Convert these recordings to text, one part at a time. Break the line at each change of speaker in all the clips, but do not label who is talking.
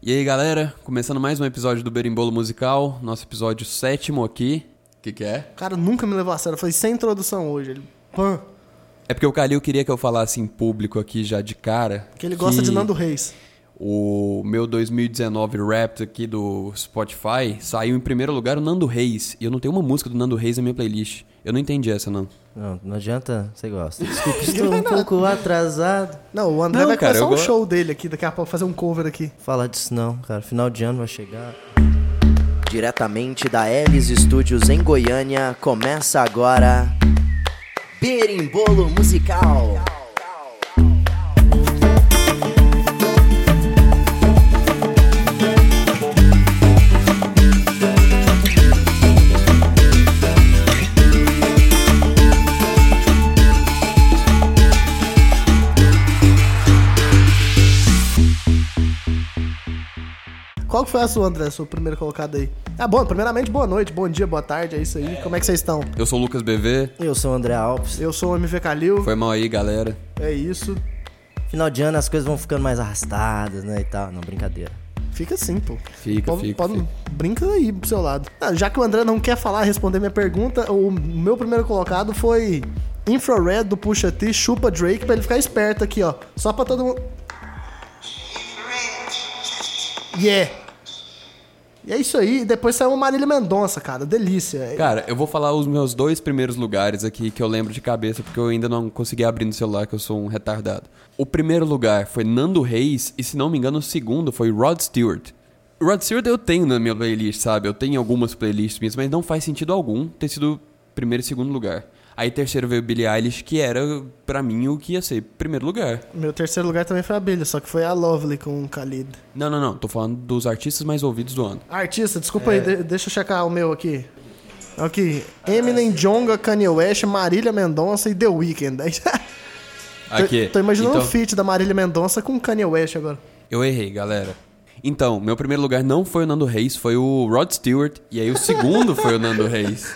E aí, galera, começando mais um episódio do Berimbolo Musical, nosso episódio sétimo aqui. O que, que é?
O cara nunca me levou a sério. Eu falei, sem introdução hoje. Ele, pã.
É porque o Calil queria que eu falasse em público aqui já de cara.
Que ele gosta de Nando Reis.
O meu 2019 Wrapped aqui do Spotify saiu em primeiro lugar o Nando Reis. E eu não tenho uma música do Nando Reis na minha playlist. Eu não entendi essa, não.
Não, não adianta, você gosta. Desculpa, estou um pouco atrasado.
Não, o André
Não,
vai
cara,
começar
eu
um
gosto.
show dele aqui, daqui a pouco fazer um cover aqui.
Fala disso não, cara. Final de ano vai chegar.
Diretamente da Elis Studios em Goiânia, começa agora Berimbolo Musical.
Qual que foi a sua, André, sua primeira colocada aí? Ah, bom, primeiramente, boa noite, bom dia, boa tarde, é isso aí. Como é que vocês estão?
Eu sou o Lucas BV.
Eu sou o André Alves.
Eu sou o MV Calil,
Foi mal aí, galera.
é isso.
Final de ano as coisas vão ficando mais arrastadas, né? E tal. Não, brincadeira.
Fica assim, pô.
Fica,
Pô,
fica,
pô,
fica.
Brinca aí pro seu lado. Ah, já que o André não quer falar, responder minha pergunta, o meu primeiro colocado foi Infrared do Puxa T, chupa Drake, pra ele ficar esperto aqui, ó. Só pra todo mundo. Yeah! E é isso aí, e depois saiu o Marília Mendonça, cara. Delícia.
Cara, eu vou falar os meus dois primeiros lugares aqui que eu lembro de cabeça, porque eu ainda não consegui abrir no celular, que eu sou um retardado. O primeiro lugar foi Nando Reis, e se não me engano, o segundo foi Rod Stewart. Rod Stewart eu tenho na minha playlist, sabe? Eu tenho algumas playlists minhas, mas não faz sentido algum ter sido primeiro e segundo lugar. Aí terceiro veio Billie Eilish, que era, pra mim, o que ia ser primeiro lugar.
Meu terceiro lugar também foi a Abelha, só que foi a Lovely com o Khalid.
Não, não, não. Tô falando dos artistas mais ouvidos do ano.
Artista, desculpa aí, de- deixa eu checar o meu aqui. Aqui, Eminem, Jonga, Kanye West, Marília Mendonça e The Weeknd. Aí já-
Aqui.
Tô, tô imaginando
Então-
um feat da Marília Mendonça com Kanye West agora.
Eu errei, galera. Então, meu primeiro lugar não foi o Nando Reis, foi o Rod Stewart. E aí o segundo foi o Nando Reis.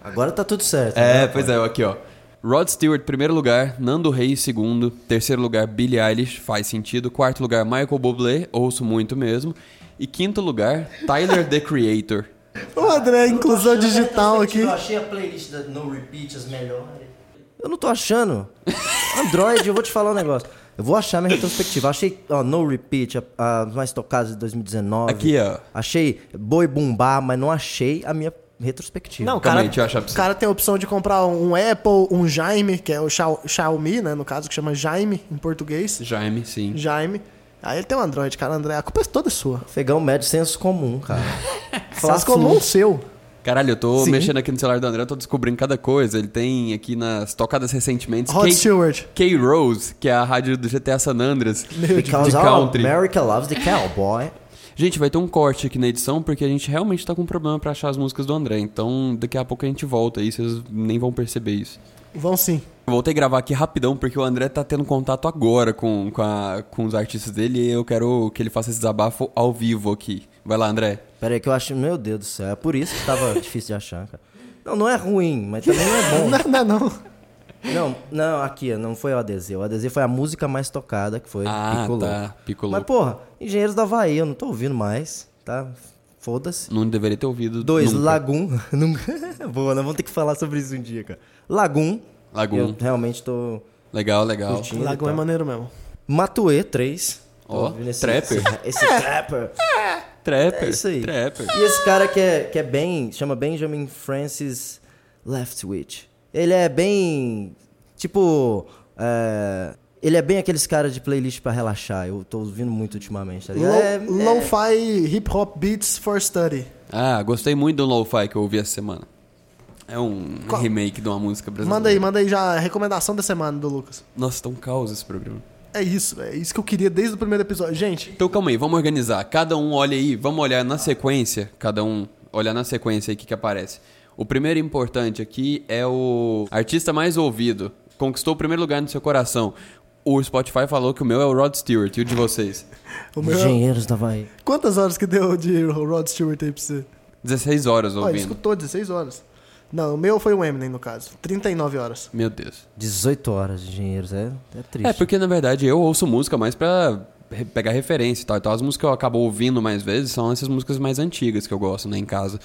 Agora tá tudo certo.
É,
né?
pois é, aqui ó. Rod Stewart, primeiro lugar. Nando Reis, segundo. Terceiro lugar, Billie Eilish, faz sentido. Quarto lugar, Michael Bublé, ouço muito mesmo. E quinto lugar, Tyler, The Creator.
Ô André, inclusão digital aqui.
achei a playlist da No Repeat as melhores. Eu não tô achando. Android, eu vou te falar um negócio. Eu vou achar minha retrospectiva. Achei, ó, No Repeat, a- as mais tocadas de 2019.
Aqui, ó.
Achei Boi Bumbá, mas não achei a minha retrospectiva.
Não,
Calma
cara,
aí, deixa eu achar pra
o
você.
cara tem a opção de comprar um Apple, um Jaime, que é o Xau- Xiaomi, né? No caso, que chama Jaime em português.
Jaime, sim.
Jaime. Aí ele tem um Android, cara, André. A culpa é toda sua.
Fegão médio senso comum, cara.
Faz comum o seu.
Caralho, eu tô
Sim.
mexendo aqui no celular do André, eu tô descobrindo cada coisa. Ele tem aqui nas tocadas recentemente...
Rod Stewart.
K-Rose, que é a rádio do GTA San Andreas.
Because
de
all
country.
America loves the cowboy.
Gente, vai ter um corte aqui na edição, porque a gente realmente tá com problema pra achar as músicas do André. Então, daqui a pouco a gente volta aí, vocês nem vão perceber isso.
Vão sim.
Eu Voltei a gravar aqui rapidão, porque o André tá tendo contato agora com, com, a- com os artistas dele e eu quero que ele faça esse desabafo ao vivo aqui. Vai lá, André.
Pera aí que eu acho... Meu Deus do céu, é por isso que tava difícil de achar, cara. Não, não é ruim, mas também não é bom.
Não, não, não.
Não, não, aqui, ó, não foi o ADZ. O ADZ foi a música mais tocada, que foi
Ah,
Picolô.
tá, Picolô.
Mas, porra, Engenheiros da Havaí, eu não tô ouvindo mais, tá? Foda-se.
Não deveria ter ouvido.
Dois,
nunca.
Lagum. Nunca. Boa, nós vamos ter que falar sobre isso um dia, cara. Lagum.
Lagum.
Eu realmente tô
Legal, legal.
curtindo. e
Lagão é
tal.
maneiro mesmo.
Matuê 3.
Ó, trapper.
Esse, esse trapper.
Trapper.
É isso aí.
Trapper.
E esse cara que é, que é bem. chama Benjamin Francis Leftwich. Ele é bem. Tipo. é, ele é bem aqueles caras de playlist pra relaxar. Eu tô ouvindo muito ultimamente, tá ligado? É-
Lo- Lo-fi hip hop beats for study.
Ah, gostei muito do Lo-Fi que eu ouvi essa semana. É um remake de uma música brasileira.
Manda aí, manda aí já a recomendação da semana do Lucas.
Nossa, tão caos esse programa.
É isso, é isso que eu queria desde o primeiro episódio. Gente,
Então calma aí, vamos organizar. Cada um olha aí, vamos olhar na sequência. Cada um olhar na sequência aí o que, que aparece. O primeiro importante aqui é o artista mais ouvido. Conquistou o primeiro lugar no seu coração. O Spotify falou que o meu é o Rod Stewart e o de vocês.
o meu-
é, Engenheiros tá, da Havaí.
quantas horas que deu de Rod Stewart aí pra você?
16 horas
Ó, ele
ouvindo.
escutou 16 horas. Não, o meu foi o Eminem, no caso. 39 horas.
Meu Deus.
18 horas de engenheiros. É, é triste.
É, porque na verdade eu ouço música mais pra re- pegar referência e tal. Então as músicas que eu acabo ouvindo mais vezes são essas músicas mais antigas que eu gosto, né, em casa.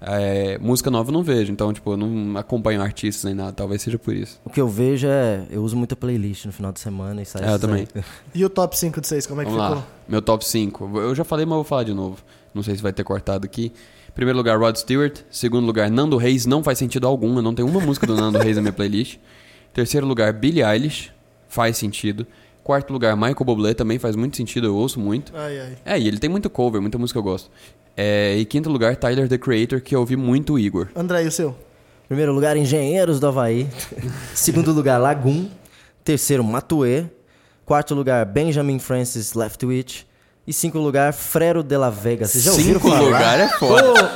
É, música nova eu não vejo, então, tipo, eu não acompanho artistas nem nada, talvez seja por isso.
O que eu vejo é. Eu uso muita playlist no final de semana e sai
É, eu
isso
também.
aí.
E o top 5 de vocês, como é que
Vamos
ficou?
lá, meu top 5. Eu já falei, mas eu vou falar de novo. Não sei se vai ter cortado aqui. Primeiro lugar, Rod Stewart. Segundo lugar, Nando Reis. Não faz sentido algum. Eu não tenho uma música do Nando Reis na minha playlist. Terceiro lugar, Billie Eilish. Faz sentido. Quarto lugar, Michael Bublé. Também faz muito sentido. Eu ouço muito.
Ai, ai.
É, e ele tem muito cover, muita música que eu gosto. É, e quinto lugar, Tyler, The Creator, que eu ouvi muito o Igor.
André, e o seu?
Primeiro lugar, Engenheiros do Havaí. Segundo lugar, Lagum. Terceiro, Matue. Quarto lugar, Benjamin Francis Leftwich. E cinco lugar, Frero de la Vega. Vocês já ouviram
Cinco
falar?
lugar é foda.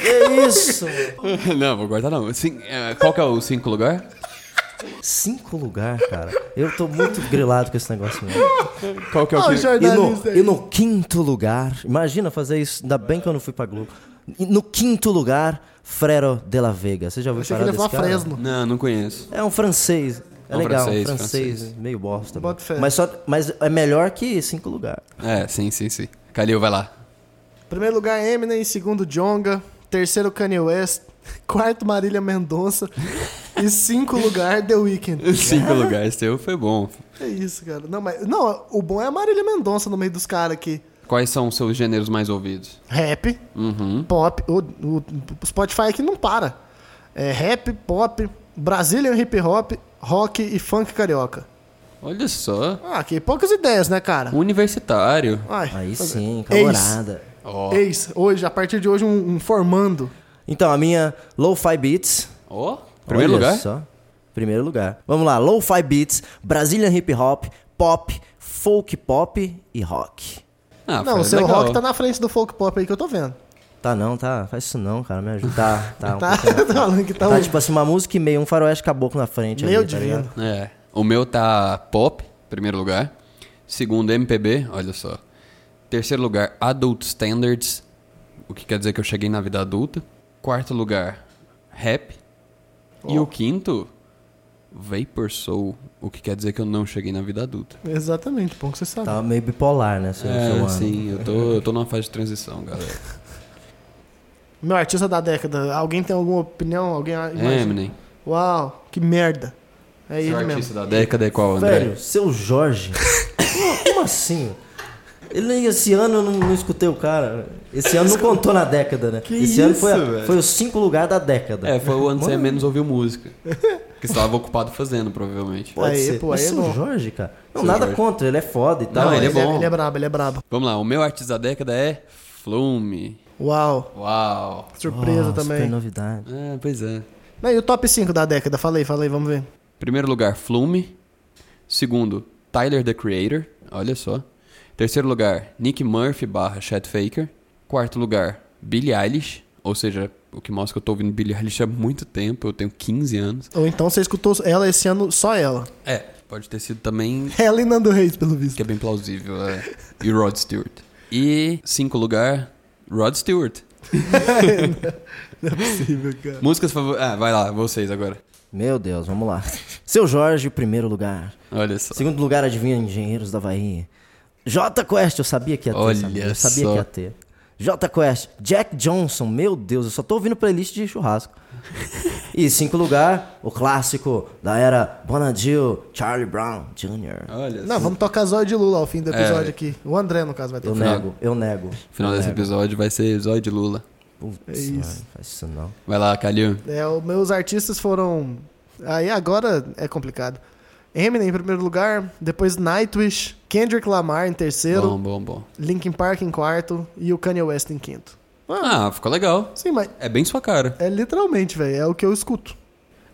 Que isso? mano?
não, vou cortar não. Cin- é, qual que é o cinco lugar?
Cinco lugar, cara. Eu tô muito grilado com esse negócio mesmo.
Qual que é o
Ah, o
que...
E no,
jornalista aí.
e no quinto lugar, imagina fazer isso, ainda bem que eu não fui pra Globo. E no quinto lugar, Frero de la Vega. Você já ouviu
Achei que
falar
ele ia
desse
falar
cara?
Fresno.
Não, não conheço.
É um francês. É
É um
legal,
francês,
um francês,
francês.
meio bosta.
Bota fé.
Mas, só, mas é melhor que cinco lugar.
É, sim, sim, sim. Calil, vai lá.
Primeiro lugar, Eminem. Segundo, Jonga. Terceiro, Kanye West. Quarto, Marília Mendonça. e cinco lugar, The Weeknd.
Cinco lugares teu foi bom.
É isso, cara. Não, mas, não, o bom é a Marília Mendonça no meio dos caras aqui.
Quais são os seus gêneros mais ouvidos?
Rap,
Uhum.
pop. O, o- o Spotify aqui não para. É rap, pop, Brazilian hip hop, rock e funk carioca.
Olha só.
Ah, aqui poucas ideias, né, cara?
Universitário.
Ai,
Aí
fazer-
sim,
Ex.
calorada.
Ó.
Ex, hoje, a partir de hoje, um, um formando.
Então, a minha Lo-Fi Beats.
Ó. Primeiro
Olha
lugar?
Só. Primeiro lugar. Vamos lá, Lo-Fi Beats, Brazilian Hip Hop, Pop, Folk Pop e Rock.
Ah,
não,
foi
o seu
legal.
rock tá na frente do folk pop aí que eu tô vendo.
Tá não, tá. Faz isso não, cara. Me ajuda. Tá, tá. um
Tá,
pouquinho.
tá falando que tá,
Tá
um-
tipo assim, uma música e meio, um faroeste caboclo na frente.
Meu
ali, tá
divino.
ligado?
É. O meu tá pop, primeiro lugar. Segundo, MPB, olha só. Terceiro lugar, Adult Standards, o que quer dizer que eu cheguei na vida adulta. Quarto lugar, rap. E o quinto, Vapor Soul, o que quer dizer que eu não cheguei na vida adulta.
Exatamente, bom que você sabe.
Tava Tá meio bipolar, né? Seu, seu
É,
ano.
sim, eu tô, eu tô numa fase de transição, galera.
Meu artista da década, alguém tem alguma opinião? Alguém ah, É, imagina?
É, Eminem.
Uau, que merda. É
Seu
ele
artista
mesmo.
da década é qual, André?
Velho, seu Jorge. Como- Como assim? Ele, esse ano eu não, não escutei o cara. Esse ano não contou na década, né? esse ano foi, a-
isso, velho?
foi os cinco lugares da década.
É, foi o ano que você menos ouviu música. Que você tava ocupado fazendo, provavelmente.
Pode
Aí,
ser.
pô,
Mas
aí é
seu
bom.
Jorge, cara. Não,
Seu
nada
Jorge.
contra, ele é foda e tal.
Não, ele é
mas-
bom.
ele é brabo, ele é brabo.
Vamos lá, o meu artista da década é Flume.
Uau,
Uau.
surpresa
Nossa,
também.
Super novidade.
É, pois é.
Não, e o top 5 da década? Falei, falei, vamos ver.
Primeiro lugar, Flume. Segundo, Tyler the Creator. Olha só. Terceiro lugar, Nick Murphy barra Chet Faker. Quarto lugar, Billie Eilish. Ou seja, o que mostra que eu tô ouvindo Billie Eilish há muito tempo. Eu tenho 15 anos.
Ou então você escutou ela esse ano, só ela.
É, pode ter sido também
Ela e Nando Reis, pelo visto.
Que é bem plausível, é. E Rod Stewart. E cinco lugar, Rod Stewart.
Não é possível, cara.
Músicas favoritas. Ah, vai lá, vocês agora.
Meu Deus, vamos lá. Seu Jorge, primeiro lugar.
Olha só.
Segundo lugar, adivinha Engenheiros da Bahia. J Quest, eu sabia que ia ter.
Olha
sabia? Eu sabia
só.
que ia ter. J Quest, Jack Johnson, meu Deus, eu só tô ouvindo playlist de churrasco. e cinco lugar, o clássico da era Bonadil, Charlie Brown Jr.
Olha
Não,
só.
vamos tocar Zóio de Lula ao fim do episódio aqui. O André, no
tá
caso, vai ter
Eu
que
nego, eu nego.
O final
eu
desse
nego.
episódio vai ser Zóio de Lula.
Putz,
É isso.
mano, faz isso não.
Vai lá, Calil.
É, os meus artistas foram. Aí agora é complicado. Eminem em primeiro lugar, depois Nightwish, Kendrick Lamar em terceiro,
Bom, bom, bom.
Linkin Park em quarto e o Kanye West em quinto.
Ah, ficou legal.
Sim, mas
É bem sua cara.
é literalmente, velho, é o que eu escuto.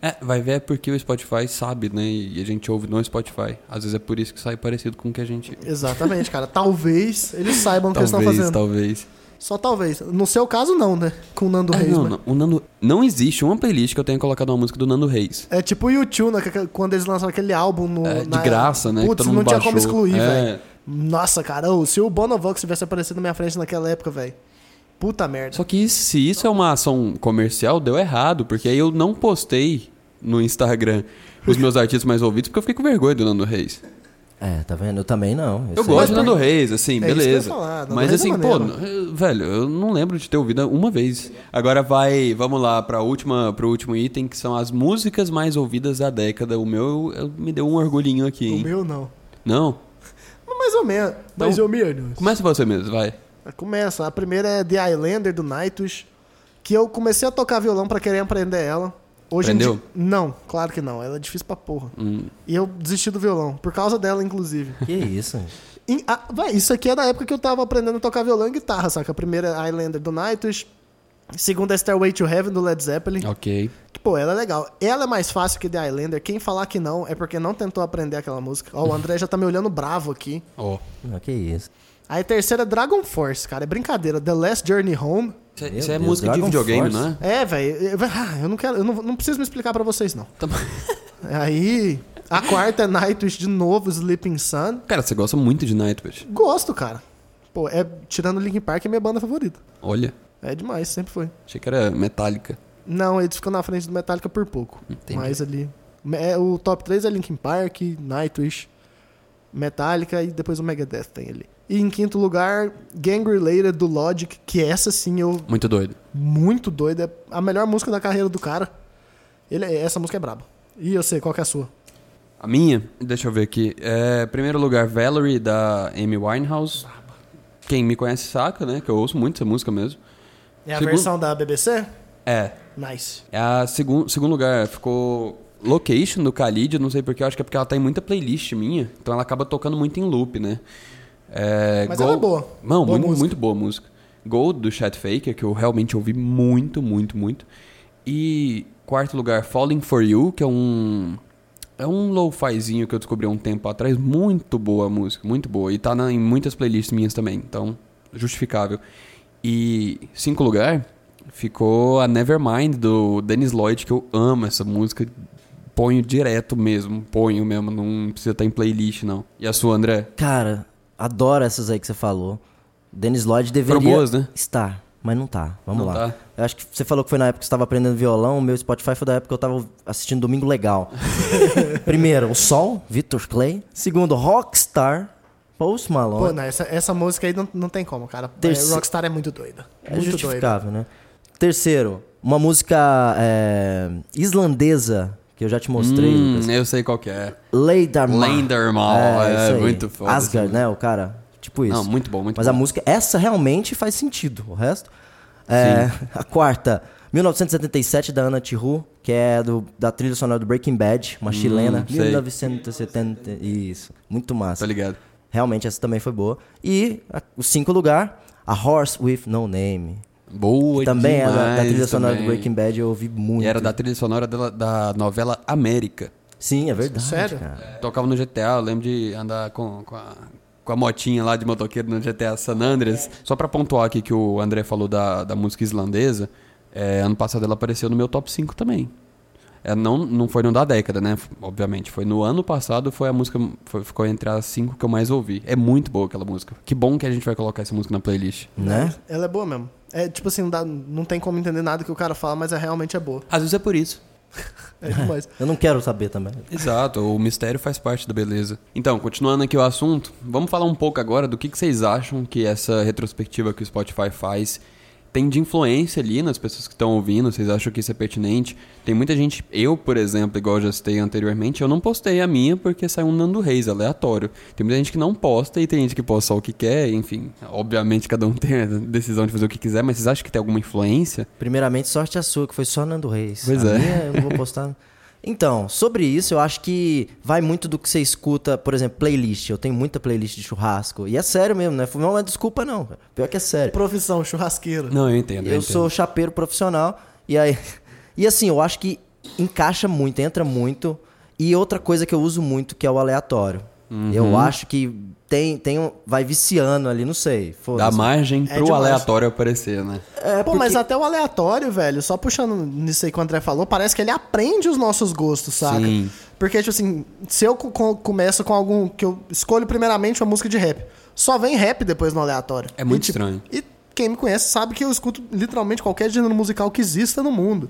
É, vai ver é porque o Spotify sabe, né? E a gente ouve no Spotify. Às vezes é por isso que sai parecido com o que a gente.
Exatamente, cara. Talvez eles saibam o que eles estão
Talvez,
fazendo.
talvez.
Só talvez. No seu caso, não, né? Com o Nando
Ah,
Reis.
não,
mas-
não, o Nando... não existe uma playlist que eu tenha colocado uma música do Nando Reis.
É tipo o YouTube, né? que- Quando eles lançaram aquele álbum no.
É, de
Tipo, na-
graça, né? que
Putz,
todo
não
mundo
tinha como
baixou.
excluir,
É.
velho. Nossa, cara, ô, se o Bonovox tivesse aparecido na minha frente naquela época, velho. Puta merda.
Só que se isso é uma ação comercial, deu errado, porque aí eu não postei no Instagram os meus artistas mais ouvidos, porque eu fiquei com vergonha do Nando Reis.
É, tá vendo? Eu também não.
Eu
sei.
gosto de
Mas por-
Nando Reis, assim,
É isso que eu ia
beleza.
falar, Nando
Mas
Reis é
assim, pô,
maneiro.
n- eh, velho, eu não lembro de ter ouvido uma vez. Agora vai, vamos lá para última, pro último item que são as músicas mais ouvidas da década. O meu eu- me deu um orgulhinho aqui.
O
Hein?
meu não.
Não.
Mas mais ou menos. mais
Então,
ou menos. Ah,
Começa você mesmo, vai.
Começa. A primeira é The Islander, do Nightwish, que eu comecei a tocar violão pra querer aprender ela. Hoje em
Aprendeu? Hum.
dia- Não, claro que não. Ela é difícil pra porra. E eu desisti do violão, por causa dela, inclusive.
Que isso? gente?
Em- ah, vai, isso aqui é da época que eu tava aprendendo a tocar violão e guitarra, saca? A primeira é Islander do Nightwish, a segunda é Stairway to Heaven do Led Zeppelin.
Ok.
Que, pô, ela é legal. Ela é mais fácil que The Islander. Quem falar que não é porque não tentou aprender aquela música. Ó, o André já tá me olhando bravo aqui.
Ó.
Não, que isso?
Aí a terceira é Dragon Force, cara. É brincadeira. The Last Journey Home.
Isso é-
Meu
Isso é
Deus,
música de
Dragon
videogame,
Force.
não é?
É, velho. eu- ah, Eu não quero. Eu não, não preciso me explicar pra vocês, não.
Tá bom.
Aí. A quarta é Nightwish de novo, Sleeping Sun.
Cara, você gosta muito de Nightwish.
Gosto, cara. Pô, é, tirando Linkin Park, é minha banda favorita.
Olha,
É demais, sempre foi.
achei que era Metallica.
Não, eles ficam na frente do Metallica por pouco.
Entendi.
Mas ali. É, o top 3 é Linkin Park, Nightwish, Metallica e depois o Megadeth tem ali. E em quinto lugar, Gang Related do Logic, que essa sim eu.
Muito doido.
Muito doida. É a melhor música da carreira do cara. Ele, é- essa música é braba. E eu sei, qual que é a sua?
A minha, deixa eu ver aqui. É, primeiro lugar, Valerie, da Amy Winehouse. Quem me conhece saca, né? Que eu ouço muito essa música mesmo.
É a
Segundo-
versão da BBC?
É.
Nice.
é a segun, segundo lugar ficou Location, do Khalid. Eu não sei porquê, eu acho que é porque ela tá em muita playlist minha. Então ela acaba tocando muito em loop, né? É,
Mas ela é boa.
Não,
Boa
muito,
música.
muito boa música. Gold, do Chat Faker, que eu realmente ouvi muito, muito, muito. E quarto lugar, Falling For You, que é um... É um lo-fizinho que eu descobri há um tempo atrás. Muito boa a música, muito boa. E tá na- em muitas playlists minhas também, então justificável. E cinco lugar ficou a Nevermind do Dennis Lloyd, que eu amo essa música. Ponho direto mesmo, ponho mesmo, não precisa estar em playlist não. E a sua, André?
Cara, adoro essas aí que você falou. Dennis Lloyd deveria
Foram boas, né?
estar, mas não tá. Vamos
Não
lá.
tá.
Eu acho que você falou que foi na época que você tava aprendendo violão. O meu Spotify foi da época que eu tava assistindo Domingo Legal. Primeiro, O Sol, Victor Clay. Segundo, Rockstar, Post Malone.
Pô, não, essa, essa música aí não, não tem como, cara. É,
Terce-
Rockstar é muito doida.
É
muito doida.
justificável, né? Terceiro, uma música é, islandesa, que eu já te mostrei, Lucas.
Hum, eu sei qual que é.
Leidarmal.
Leidermal, é,
isso aí.
muito foda. assim.
Asgard, né, o cara? Tipo isso.
Não, muito bom, muito
Mas a
bom.
música, essa realmente faz sentido. O resto... É, a quarta, 1977, da Ana Tijoux, que é do, da trilha sonora do Breaking Bad, uma chilena.
Hum, sei.
1970, isso. Muito massa.
Tá ligado?
Realmente, essa também foi boa. E a- o cinco lugar, A Horse With No Name.
Boa
Também é
demais,
da, da trilha sonora
também.
do Breaking Bad, eu ouvi muito.
E era da trilha sonora da, da novela América.
Sim, é verdade.
Sério?
cara.
Tocava no GTA, eu lembro de andar com, com, a, com a motinha lá de motoqueiro no GTA San Andreas. Só pra pontuar aqui que o André falou da, da música islandesa, é, ano passado ela apareceu no meu top 5 também. É, não, não foi no da década, né? F- Obviamente. Foi no ano passado, foi a música. foi- ficou entre as 5 que eu mais ouvi. É muito boa aquela música. Que bom que a gente vai colocar essa música na playlist.
Né?
Ela é boa mesmo. É tipo assim, não, dá- não tem como entender nada que o cara fala, mas é realmente é boa.
Às vezes é por isso.
É demais.
Eu não quero saber também.
Exato, o mistério faz parte da beleza. Então, continuando aqui o assunto, vamos falar um pouco agora do que, que vocês acham que essa retrospectiva que o Spotify faz tem de influência ali nas pessoas que estão ouvindo, vocês acham que isso é pertinente? Tem muita gente, eu, por exemplo, igual eu já citei anteriormente, eu não postei a minha porque saiu um Nando Reis, aleatório. Tem muita gente que não posta e tem gente que posta só o que quer, enfim. Obviamente cada um tem a decisão de fazer o que quiser, mas vocês acham que tem alguma influência?
Primeiramente, sorte a sua, que foi só Nando Reis.
Pois
A
é.
minha, eu não vou postar. Então, sobre isso, eu acho que vai muito do que você escuta, por exemplo, playlist. Eu tenho muita playlist de churrasco. E é sério mesmo, né? Não é uma desculpa, não. cara. Pior que é sério.
Profissão, churrasqueiro.
Não, eu entendo.
Eu sou chapeiro profissional. E aí. E assim, eu acho que encaixa muito, entra muito. E outra coisa que eu uso muito, que é o aleatório.
Uhum.
Eu acho que tem, tem um, vai viciando ali, não sei.
Da
foda-se.
margem
É
pro
demais.
aleatório aparecer, né?
Pô, mas até o aleatório, velho, só puxando nisso aí que o André falou, parece que ele aprende os nossos gostos, saca?
Sim.
Porque, tipo assim, se eu co- co- começo com algum. que eu escolho primeiramente uma música de rap, só vem rap depois no aleatório.
É muito
E, tipo,
estranho.
E quem me conhece sabe que eu
Uhum.
escuto literalmente qualquer gênero musical que exista no mundo.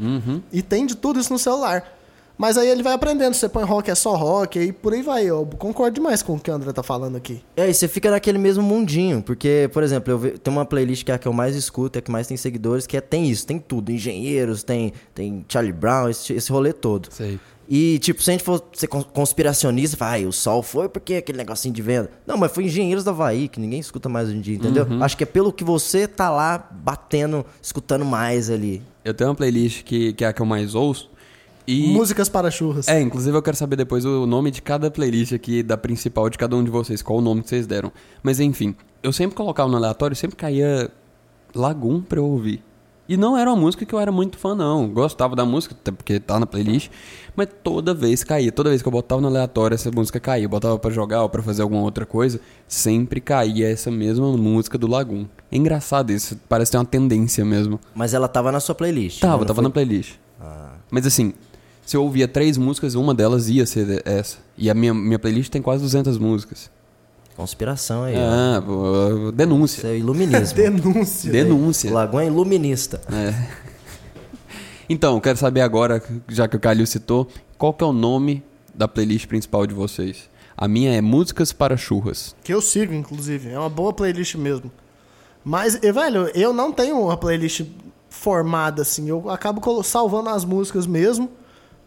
E tem de tudo isso no celular. Mas aí ele vai aprendendo, você põe rock é só rock, aí por aí vai. Eu concordo demais com o que o André tá falando aqui.
É, e você fica naquele mesmo mundinho, porque, por exemplo, eu ve- tem uma playlist que é a que eu mais escuto, é a que mais tem seguidores, que é, tem isso, tem tudo, engenheiros, tem, tem Charlie Brown, esse, esse rolê todo.
Sei.
E, tipo, se a gente for ser cons- conspiracionista, fala, "Ai, o sol foi porque aquele negocinho de venda. Não, mas foi engenheiros da Havaí, que ninguém escuta mais hoje em dia, entendeu?
Uhum.
Acho que é pelo que você tá lá batendo, escutando mais ali.
Eu tenho uma playlist que, que é a que eu mais ouço. E.
Músicas para churras.
É, inclusive eu quero saber depois o nome de cada playlist aqui, da principal de cada um de vocês, qual o nome que vocês deram. Mas enfim, eu sempre colocava no aleatório, sempre caía Lagoon pra eu ouvir. E não era uma música que eu era muito fã, não. Gostava da música, até porque tá na playlist. Mas toda vez caía. Toda vez que eu botava no aleatório, essa música caía. Eu botava pra jogar ou pra fazer alguma outra coisa. Sempre caía essa mesma música do Lagoon. É engraçado isso. Parece ter uma tendência mesmo.
Mas ela tava na sua playlist.
Tava,
né? Não
tava na playlist.
Ah.
Mas assim, se eu ouvia três músicas, uma delas ia ser essa. E a minha, minha playlist tem quase 200 músicas.
foi Conspiração aí, ó.
Ah, pô,
Isso
denúncia.
é iluminismo.
Denúncia.
Denúncia.
Lagoa é iluminista.
Então, quero saber agora, já que o Calil citou, qual que é o nome da playlist principal de vocês? A minha é Músicas para Churras.
Que eu sigo, inclusive. É uma boa playlist mesmo. Mas, e, velho, eu não tenho uma playlist formada, assim. Eu acabo colo- salvando as músicas mesmo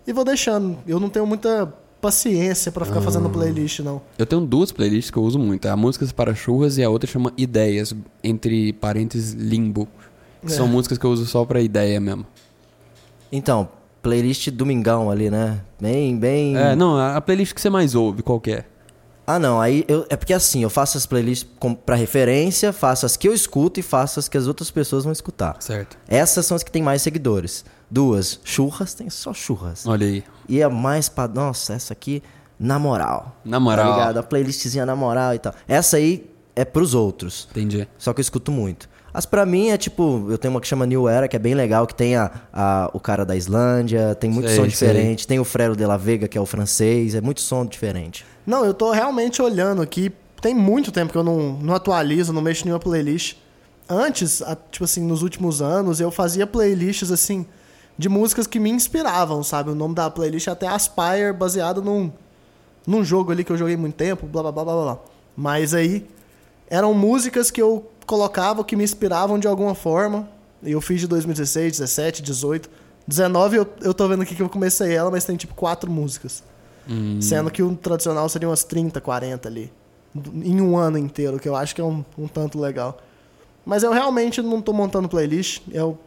e vou deixando. Eu não tenho muita paciência pra ficar fazendo playlist, não.
Eu tenho duas playlists que eu uso muito. É A Músicas para Churras e a outra chama Ideias, entre parênteses, Limbo. Que
É.
São músicas que eu uso só pra ideia mesmo.
Então, playlist Domingão ali, né? Bem, bem.
É, não, a a playlist que você mais ouve, qual que é?
Ah, não, aí eu- é porque assim, eu faço as playlists com, pra referência, faço as que eu escuto e faço as que as outras pessoas vão escutar.
Certo.
Essas são as que têm mais seguidores. Duas, churras, tem só churras.
Olha aí.
E a mais pra. Nossa, essa aqui, na moral.
Na moral.
Tá ligado? A playlistzinha na moral e tal. Essa aí é pros outros.
Entendi.
Só que eu escuto muito. As pra mim é tipo, eu tenho uma que chama New Era, que é bem legal, que tem a, a- o cara da Islândia, tem muito
Sei,
som
sei.
diferente, tem o Frero de la Vega, que é o francês, é muito som diferente.
Não, eu tô realmente olhando aqui. Tem muito tempo que eu não, não atualizo, não mexo em nenhuma playlist. Antes, a- tipo assim, nos últimos anos, eu fazia playlists, assim, de músicas que me inspiravam, sabe? O nome da playlist é até Aspire, baseado num, num jogo ali que eu joguei muito tempo, blá blá blá blá blá. Mas aí, eram músicas que eu colocava que me inspiravam de alguma forma. E eu fiz de 2016, 17, 18. 19 eu, eu tô vendo aqui que eu comecei ela, mas tem tipo quatro músicas. Sendo que o tradicional seria umas 30, 40 ali. Em um ano inteiro, que eu acho que é um, um tanto legal. Mas eu realmente não tô montando playlist. Eu,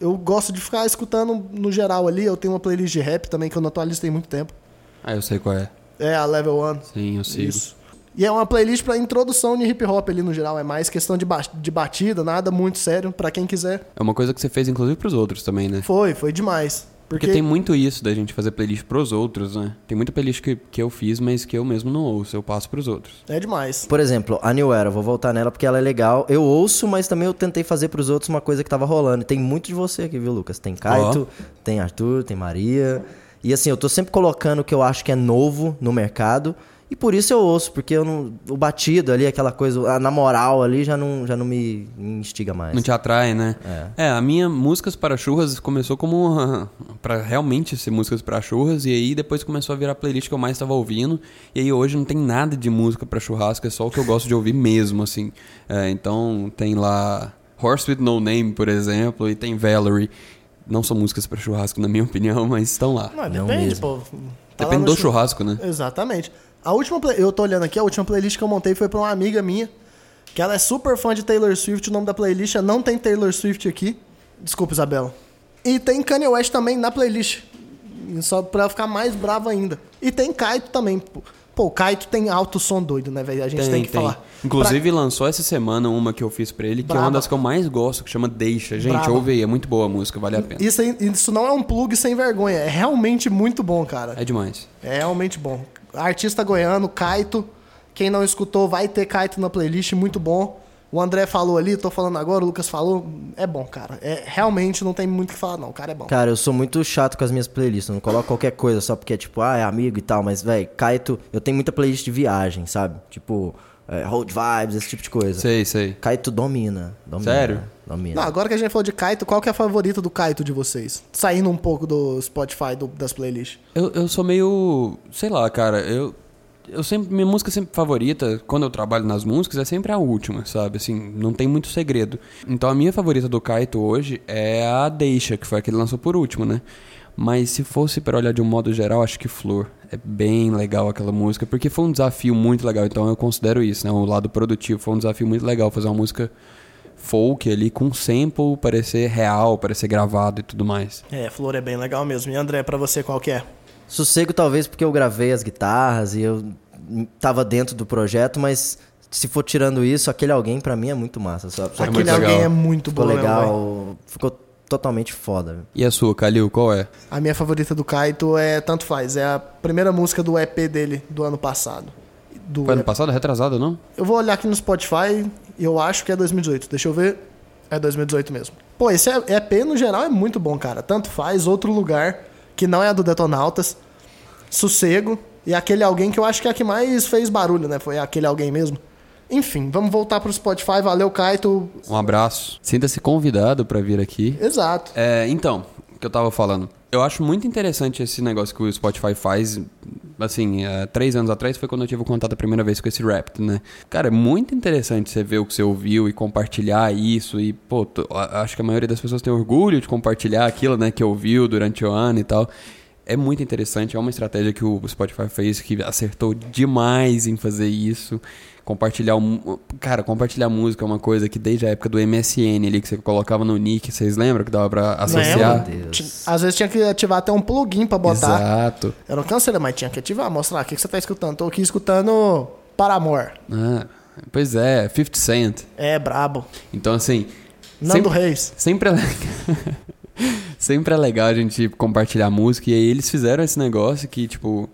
eu gosto de ficar escutando no geral ali. Eu tenho uma playlist de rap também que eu não atualizo tem muito tempo.
Ah, eu sei qual é.
É a Level 1.
Sim, eu sigo.
Isso. E é uma playlist pra introdução de hip hop ali no geral. É mais questão de, ba- de batida, nada muito sério. pra quem quiser,
É uma coisa que você fez, inclusive, pros outros também, né?
foi, foi demais.
Porque tem muito isso da gente fazer playlist pros outros, né? Tem muita playlist que, que eu fiz, mas que eu mesmo não ouço, eu passo pros outros.
é demais.
Por exemplo, a New Era, eu vou voltar nela porque ela é legal. Eu ouço, mas também eu tentei fazer pros outros uma coisa que tava rolando. E tem muito de você aqui, viu, Lucas? Tem Kaito, tem Arthur, tem Maria. E assim, eu tô sempre colocando o que eu acho que é novo no mercado. E por isso eu ouço, porque eu não- o batido ali, aquela coisa, a, na moral ali, já não, já não me, me instiga mais.
Não te atrai, né? É, a minha Músicas para Churras começou como uma- pra realmente ser Músicas para Churras, e aí depois começou a virar a playlist que eu mais tava ouvindo, e aí hoje não tem nada de música pra churrasco, é só o que eu gosto de ouvir mesmo, assim. É, então tem lá Horse With No Name, por exemplo, e tem Valerie. Não são músicas pra churrasco, na minha opinião, mas estão lá.
Não,
Não
depende,
mesmo.
pô. Tá lá
Depende
no
do
chu-
churrasco, né?
Exatamente. A última play- eu tô olhando aqui, a última playlist que eu montei foi pra uma amiga minha, que ela é super fã de Taylor Swift, o nome da playlist é Não Tem Taylor Swift aqui. Desculpa, Isabela. E tem Kanye West também na playlist. Só pra ela ficar mais brava ainda. E tem Kaito também. pô. Pô, o Kaito tem alto som doido, né, velho? A gente tem, que falar.
Inclusive, lançou essa semana uma que eu fiz pra ele, que é
Braba.
uma das que eu mais gosto, que chama Deixa. Gente,
Braba.
ouve aí, é muito boa a música, vale a pena.
Isso, aí- isso não é um plug sem vergonha. É realmente muito bom, cara.
É demais.
É realmente bom. Artista goiano, Kaito. Quem não escutou, vai ter Kaito na playlist, muito bom. O André falou ali, tô falando agora, o Lucas falou. É bom, cara. É, realmente não tem muito o que falar, não. O cara é bom.
Cara, eu sou muito chato com as minhas playlists. Eu não coloco qualquer coisa só porque é tipo, ah, é amigo e tal. Mas, velho, Kaito, eu tenho muita playlist de viagem, sabe? Tipo, é, Hold Vibes, esse tipo de coisa.
Sei, sei.
Kaito domina, domina.
Sério?
Domina.
Não, agora que a gente falou de Kaito, qual que é a favorita do Kaito de vocês? Saindo um pouco do Spotify, do- das playlists.
Eu, eu sou meio. sei lá, cara, eu. Eu sempre. Minha música sempre favorita, quando eu trabalho nas músicas, é sempre a última, sabe? Assim, não tem muito segredo. Então a minha favorita do Kaito hoje é a Deixa, que foi a que ele lançou por último, né? Mas se fosse pra olhar de um modo geral, acho que Flor. É bem legal aquela música, porque foi um desafio muito legal. Então eu considero isso, né? O lado produtivo foi um desafio muito legal fazer uma música folk ali com sample, parecer real, parecer gravado e tudo mais.
É, Flor é bem legal mesmo. E André, pra você qual que é?
Sossego talvez porque eu gravei as guitarras e eu tava dentro do projeto, mas se for tirando isso, aquele alguém pra mim é muito massa. Só,
É
só
Aquele
muito
alguém
legal.
é muito
ficou
bom, né, velho?
legal, ficou totalmente foda.
E a sua, Kalil, qual é?
A minha favorita do Kaito é Tanto Faz. É a primeira música do EP dele do ano passado. Do
Foi ano
EP.
passado? Retrasado, não?
Eu vou olhar aqui no Spotify e eu acho que é 2018. Deixa eu ver. É 2018 mesmo. Pô, esse EP no geral é muito bom, cara. Tanto faz, outro lugar, que não é a do Detonautas. Sossego. E aquele alguém que eu acho que é a que mais fez barulho, né? Foi aquele alguém mesmo. Enfim, vamos voltar pro Spotify. Valeu, Kaito.
Um abraço. Sinta-se convidado pra vir aqui.
Exato.
É, então, o que eu tava falando. Eu acho muito interessante esse negócio que o Spotify faz. Assim, há três anos atrás foi quando eu tive o contato a primeira vez com esse rap, né? Cara, é muito interessante você ver o que você ouviu e compartilhar isso. E, pô, tô- a- acho que a maioria das pessoas tem orgulho de compartilhar aquilo, né, que ouviu durante o ano e tal. É muito interessante, é uma estratégia que o Spotify fez que acertou demais em fazer isso. Compartilhar, um- cara, compartilhar música é uma coisa que desde a época do MSN ali que você colocava no nick, vocês lembram que dava pra associar?
Lembro. Ti- Às vezes tinha que ativar até um plugin pra botar.
Exato.
Eu não cancelei, mas tinha que ativar, mostrar o que, que você tá escutando. Tô aqui escutando Paramor.
Ah, pois é, 50 Cent.
É, brabo.
Então assim,
Nando
sempre-
Reis.
Sempre é legal. Sempre é legal a gente compartilhar música. E aí eles fizeram esse negócio que, tipo.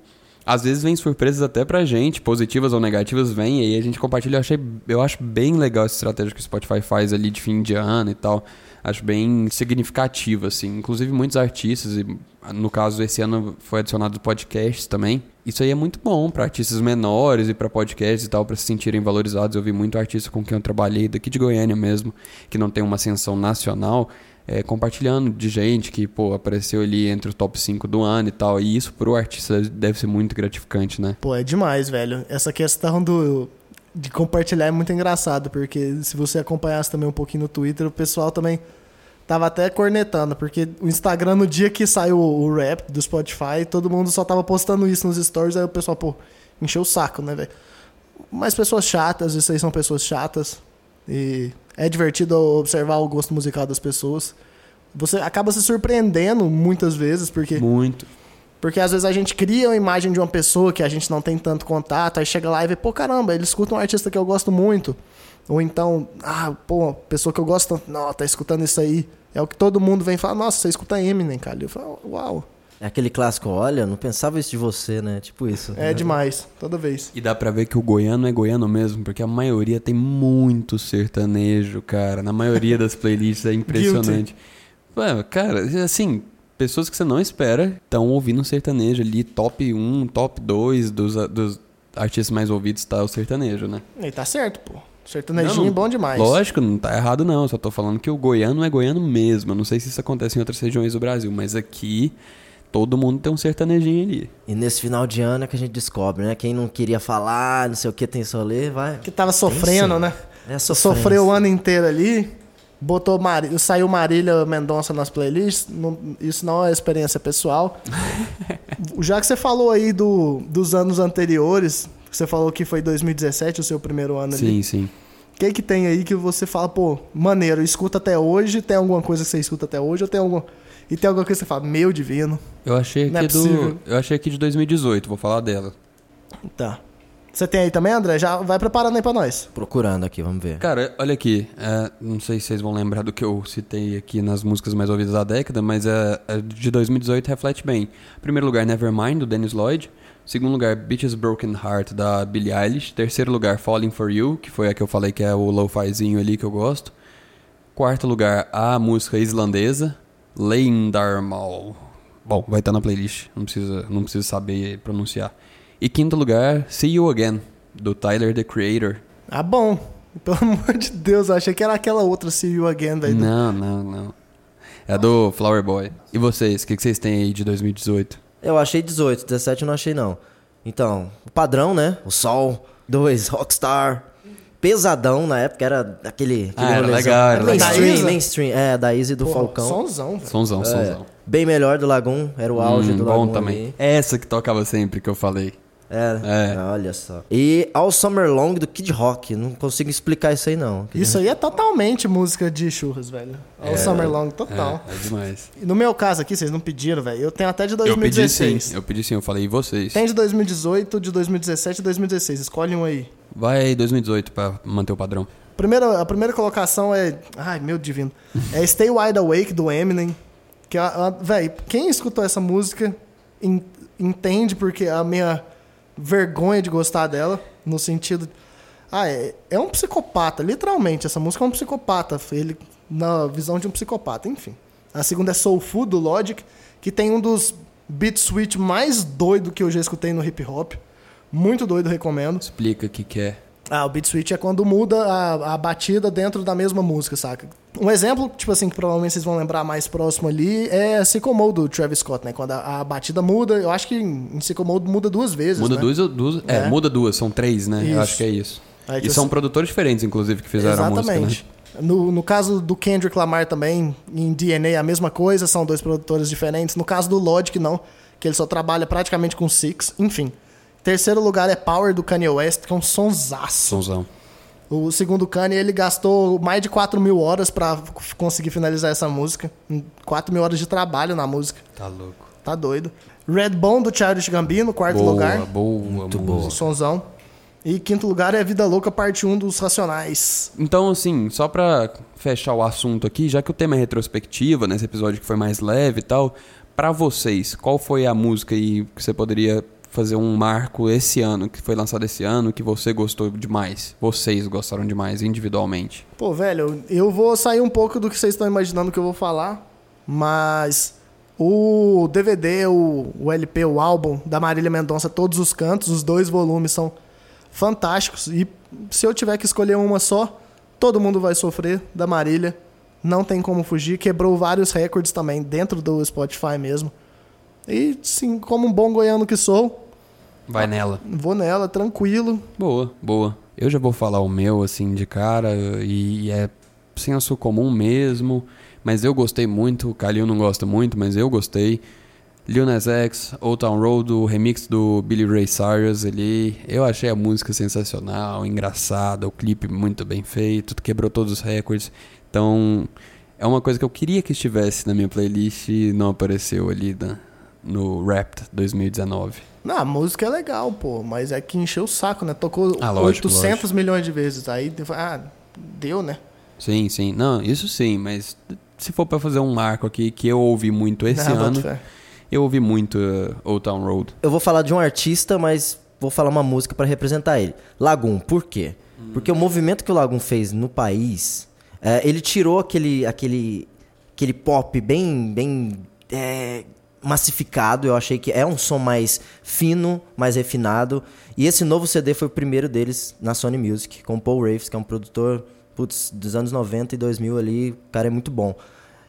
Às vezes vem surpresas até pra gente, positivas ou negativas, vem, e aí a gente compartilha. Eu, achei, eu acho bem legal essa estratégia que o Spotify faz ali de fim de ano e tal. Acho bem significativa, assim. Inclusive, muitos artistas, e no caso, esse ano foi adicionado podcasts também. Isso aí é muito bom pra artistas menores e pra podcasts e tal, pra se sentirem valorizados. Eu vi muito artista com quem eu trabalhei, daqui de Goiânia mesmo, que não tem uma ascensão nacional, é, compartilhando de gente que, pô, apareceu ali entre os top 5 do ano e tal. E isso pro artista deve ser muito gratificante, né?
Pô, é demais, velho. Essa questão do de compartilhar é muito engraçado, porque se você acompanhasse também um pouquinho no Twitter, o pessoal também tava até cornetando, porque o Instagram no dia que saiu o rap do Spotify, todo mundo só tava postando isso nos stories, aí o pessoal, pô, encheu o saco, né, velho? Mas pessoas chatas, isso aí são pessoas chatas. E é divertido observar o gosto musical das pessoas. Você acaba se surpreendendo muitas vezes, porque
Muito.
porque às vezes a gente cria uma imagem de uma pessoa que a gente não tem tanto contato, aí chega lá e vê, pô, caramba, ele escuta um artista que eu gosto muito. Ou então, ah, pô, pessoa que eu gosto tanto, não, tá escutando isso aí. É o que todo mundo vem falar, nossa, você escuta Eminem, cara. Eu falo, uau,
É aquele clássico, olha, não pensava isso de você, né? Tipo isso.
é demais, toda vez.
E dá pra ver que o goiano é goiano mesmo, porque a maioria tem muito sertanejo, cara. Na maioria das playlists é impressionante. Ué, cara, assim, pessoas que você não espera estão ouvindo um sertanejo ali, top 1, top 2 dos, dos artistas mais ouvidos tá o sertanejo, né?
E tá certo, pô.
Não,
Sertanejinho
não.
é bom demais.
Lógico, não tá errado não, só tô falando que o goiano é goiano mesmo. Eu não sei se isso acontece em outras regiões do Brasil, mas aqui todo mundo tem um sertanejinho ali.
E nesse final de ano é que a gente descobre, né? Quem não queria falar, não sei o que, tem solê, vai.
Que tava sofrendo,
Tem sim.
né?
É sofrência.
Sofreu o ano inteiro ali, botou Mari... saiu Marília Mendonça nas playlists, não- isso não é experiência pessoal. Já que você falou aí do, dos anos anteriores, que você falou que foi 2017 o seu primeiro ano
Sim,
ali,
sim.
o que que tem aí que você fala, pô, maneiro, escuta até hoje, tem alguma coisa que você escuta até hoje, ou tem algum... e tem alguma coisa que você fala, meu divino,
Eu achei aqui
Não é possível.
do. Eu achei aqui de 2018, vou falar dela.
tá. Você tem aí também, André? Já vai preparando aí pra nós.
Procurando aqui, vamos ver.
Cara, olha aqui. é, não sei se vocês vão lembrar do que eu citei aqui nas músicas mais ouvidas da década, mas é, é de 2018 reflete bem. Primeiro lugar, Nevermind, do Dennis Lloyd. Segundo lugar, Bitches Broken Heart, da Billie Eilish. Terceiro lugar, Falling For You, que foi a que eu falei que é o lo-fizinho ali que eu gosto. Quarto lugar, a música islandesa, Leindarmal. Bom, vai estar na playlist, não precisa, não precisa saber pronunciar. E quinto lugar, See You Again, do Tyler the Creator.
Ah, bom. Pelo amor de Deus, eu achei que era aquela outra See You Again, velho.
Não, não, não. É a do Flower Boy. E vocês, o que, que vocês têm aí de 2018?
Eu achei 18, 17 eu não achei não. Então, o padrão, né? O Sol, dois, Rockstar. Pesadão na época, era aquele. aquele
Ah, era
rolezão.
legal, era
legal. Da
mainstream,
Isa?
mainstream. É, da Izzy e do
Pô,
Falcão.
Sonzão, velho.
Sonzão,
É,
sonzão.
bem melhor do Lagoon, era o auge
Hum,
do Lagoon.
bom também.
ali.
Essa que tocava sempre que eu falei.
Era.
É.
Olha só. E All Summer Long do Kid Rock. Não consigo explicar isso aí, não.
Isso aí é totalmente música de churras, velho. É o Summer Long total.
É, é demais.
E No meu caso aqui, vocês não pediram, velho. Eu tenho até de
Eu pedi
2016.
sim, eu pedi sim, eu falei, e vocês?
Tem de 2018, de 2017 e 2016. Escolhe um aí.
Vai 2018 pra manter o padrão.
Primeira, a primeira colocação é. Ai, meu divino. É Stay Wide Awake do Eminem. Que, é a- a- véi, quem escutou essa música en- entende porque a minha vergonha de gostar dela, no sentido. Ah, é, é um psicopata, literalmente. Essa música é um psicopata. Ele, na visão de um psicopata, enfim. A segunda é Soul Food do Logic, que tem um dos beat switch mais doido que eu já escutei no hip hop. Muito doido, recomendo.
Explica o que que é.
Ah, o beat switch é quando muda a, a batida dentro da mesma música, saca? Um exemplo, tipo assim, que provavelmente vocês vão lembrar mais próximo ali, é Sycamore do Travis Scott, né? Quando a, a batida muda, eu acho que em, em Sycamore muda duas vezes,
Muda
né?
duas, ou- duas é.
É.
muda duas, são três, né?
Isso.
Eu acho que é isso.
Aí
e
que
são
eu-
produtores diferentes, inclusive, que fizeram a música, né?
Exatamente. No, no caso do Kendrick Lamar também, em DNA a mesma coisa, são dois produtores diferentes. No caso do Logic, não, que ele só trabalha praticamente com Six, enfim. Terceiro lugar é Power do Kanye West, que é um
né?
sonsaço.
Sonzão.
O segundo Kanye, ele gastou mais de 4 mil horas pra f- conseguir finalizar essa música. 4 mil horas de trabalho na música.
Tá louco.
Tá doido. Red Bone do Childish Gambino, quarto
Boa,
lugar.
boa, música.
Sonzão. E quinto lugar é Vida Louca, parte 1 dos Racionais.
Então, assim, só pra fechar o assunto aqui, já que o tema é retrospectiva, nesse episódio que foi mais leve e tal, pra vocês, qual foi a música aí que você poderia fazer um marco esse ano, que foi lançado esse ano, que você gostou demais? Vocês gostaram demais, individualmente.
Pô, velho, eu vou sair um pouco do que vocês estão imaginando que eu vou falar, mas o DVD, o, o LP, o álbum da Marília Mendonça, todos os cantos, os dois volumes são fantásticos e se eu tiver que escolher uma só, todo mundo vai sofrer da Marília. Não tem como fugir, quebrou vários recordes também dentro do Spotify mesmo. E sim, como um bom goiano que sou,
Vai nela.
vou nela tranquilo.
Boa, boa. Eu já vou falar o meu, assim, de cara, e é senso comum mesmo, mas eu gostei muito, o Calil não gosta muito, mas eu gostei. Lil Nas X, Old Town Road, o remix do Billy Ray Cyrus ali, eu achei a música sensacional, engraçada, o clipe muito bem feito, quebrou todos os recordes, então é uma coisa que eu queria que estivesse na minha playlist e não apareceu ali na- no Wrapped 2019.
Não, a música é legal, pô, mas é que encheu o saco, né? Tocou
Ah, lógico,
800
lógico.
milhões de vezes. Aí, ah, deu, né?
Sim, sim. Não, isso sim, mas se for pra fazer um marco aqui que eu ouvi muito esse
Ah, boto
ano,
fé.
eu ouvi muito uh, Old Town Road.
Eu vou falar de um artista, mas vou falar uma música pra representar ele. Lagoon, por quê?
Hum.
Porque o movimento que o Lagoon fez no país, é, ele tirou aquele, aquele, aquele pop bem, bem é, massificado. Eu achei que é um som mais fino, mais refinado. E esse novo CD foi o primeiro deles na Sony Music, com o Paul Raves, que é um produtor putz, dos anos 90 e 2000 ali. O cara é muito bom.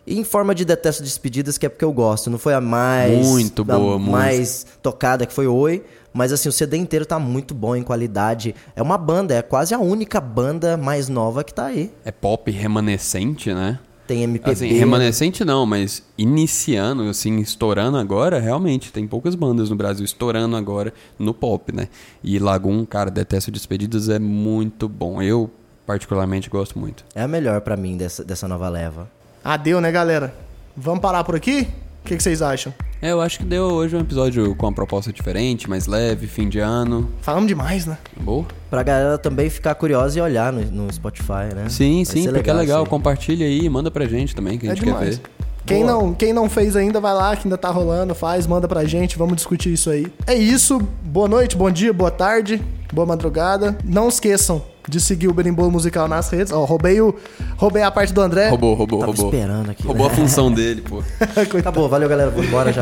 E em forma de detesto despedidas, que é porque eu gosto. Não foi a mais...
Muito
a
boa a música.
mais mais tocada, que foi Oi. Mas assim, o CD inteiro tá muito bom em qualidade. É uma banda, é quase a única banda mais nova que tá aí.
É pop remanescente, né?
Tem MPB.
Assim, remanescente não, mas iniciando, assim, estourando agora, realmente, tem poucas bandas no Brasil estourando agora no pop, né? E Lagoon, cara, Detesto Despedidas é muito bom. Eu, particularmente, gosto muito.
É a melhor pra mim dessa, dessa nova leva.
Ah, deu, né, galera? Vamos parar por aqui? O que, que vocês acham?
É, eu acho que deu hoje um episódio com uma proposta diferente, mais leve, fim de ano.
Falamos demais, né?
Boa.
Pra galera também ficar curiosa e olhar no, no Spotify, né?
Sim,
Vai
sim,
ser
porque é legal.
isso aí.
Compartilha aí, manda pra gente também, que a
É
gente quer
demais.
ver.
Quem
Boa.
não, quem não fez ainda, vai lá, que ainda tá rolando, faz, manda pra gente, vamos discutir isso aí. É isso, boa noite, bom dia, boa tarde, boa madrugada. Não esqueçam, de seguir o Berimbolo Musical nas redes. Ó, roubei, o, roubei a parte do André.
Roubou, roubou,
Tava
roubou.
esperando aqui. né?
Roubou a função dele, pô.
Coitado.
Acabou, valeu galera, vou embora já.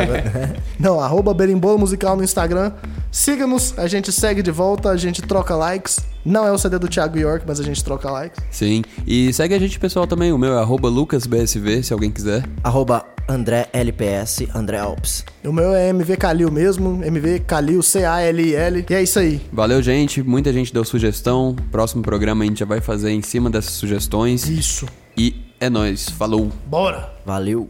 Não, arroba Berimbolo Musical no Instagram. Siga-nos, a gente segue de volta, a gente troca likes. Não é o CD do Thiago York, mas a gente troca likes.
Sim. E segue a gente, pessoal, também. O meu é arroba lucasbsv, se alguém quiser.
Arroba André LPS, André Alps.
O meu é MV Calil mesmo, MV Calil, C-A-L-I-L. E é isso aí.
Valeu, gente. Muita gente deu sugestão. Próximo programa a gente já vai fazer em cima dessas sugestões.
Isso.
E é nóis. Falou.
Bora!
Valeu.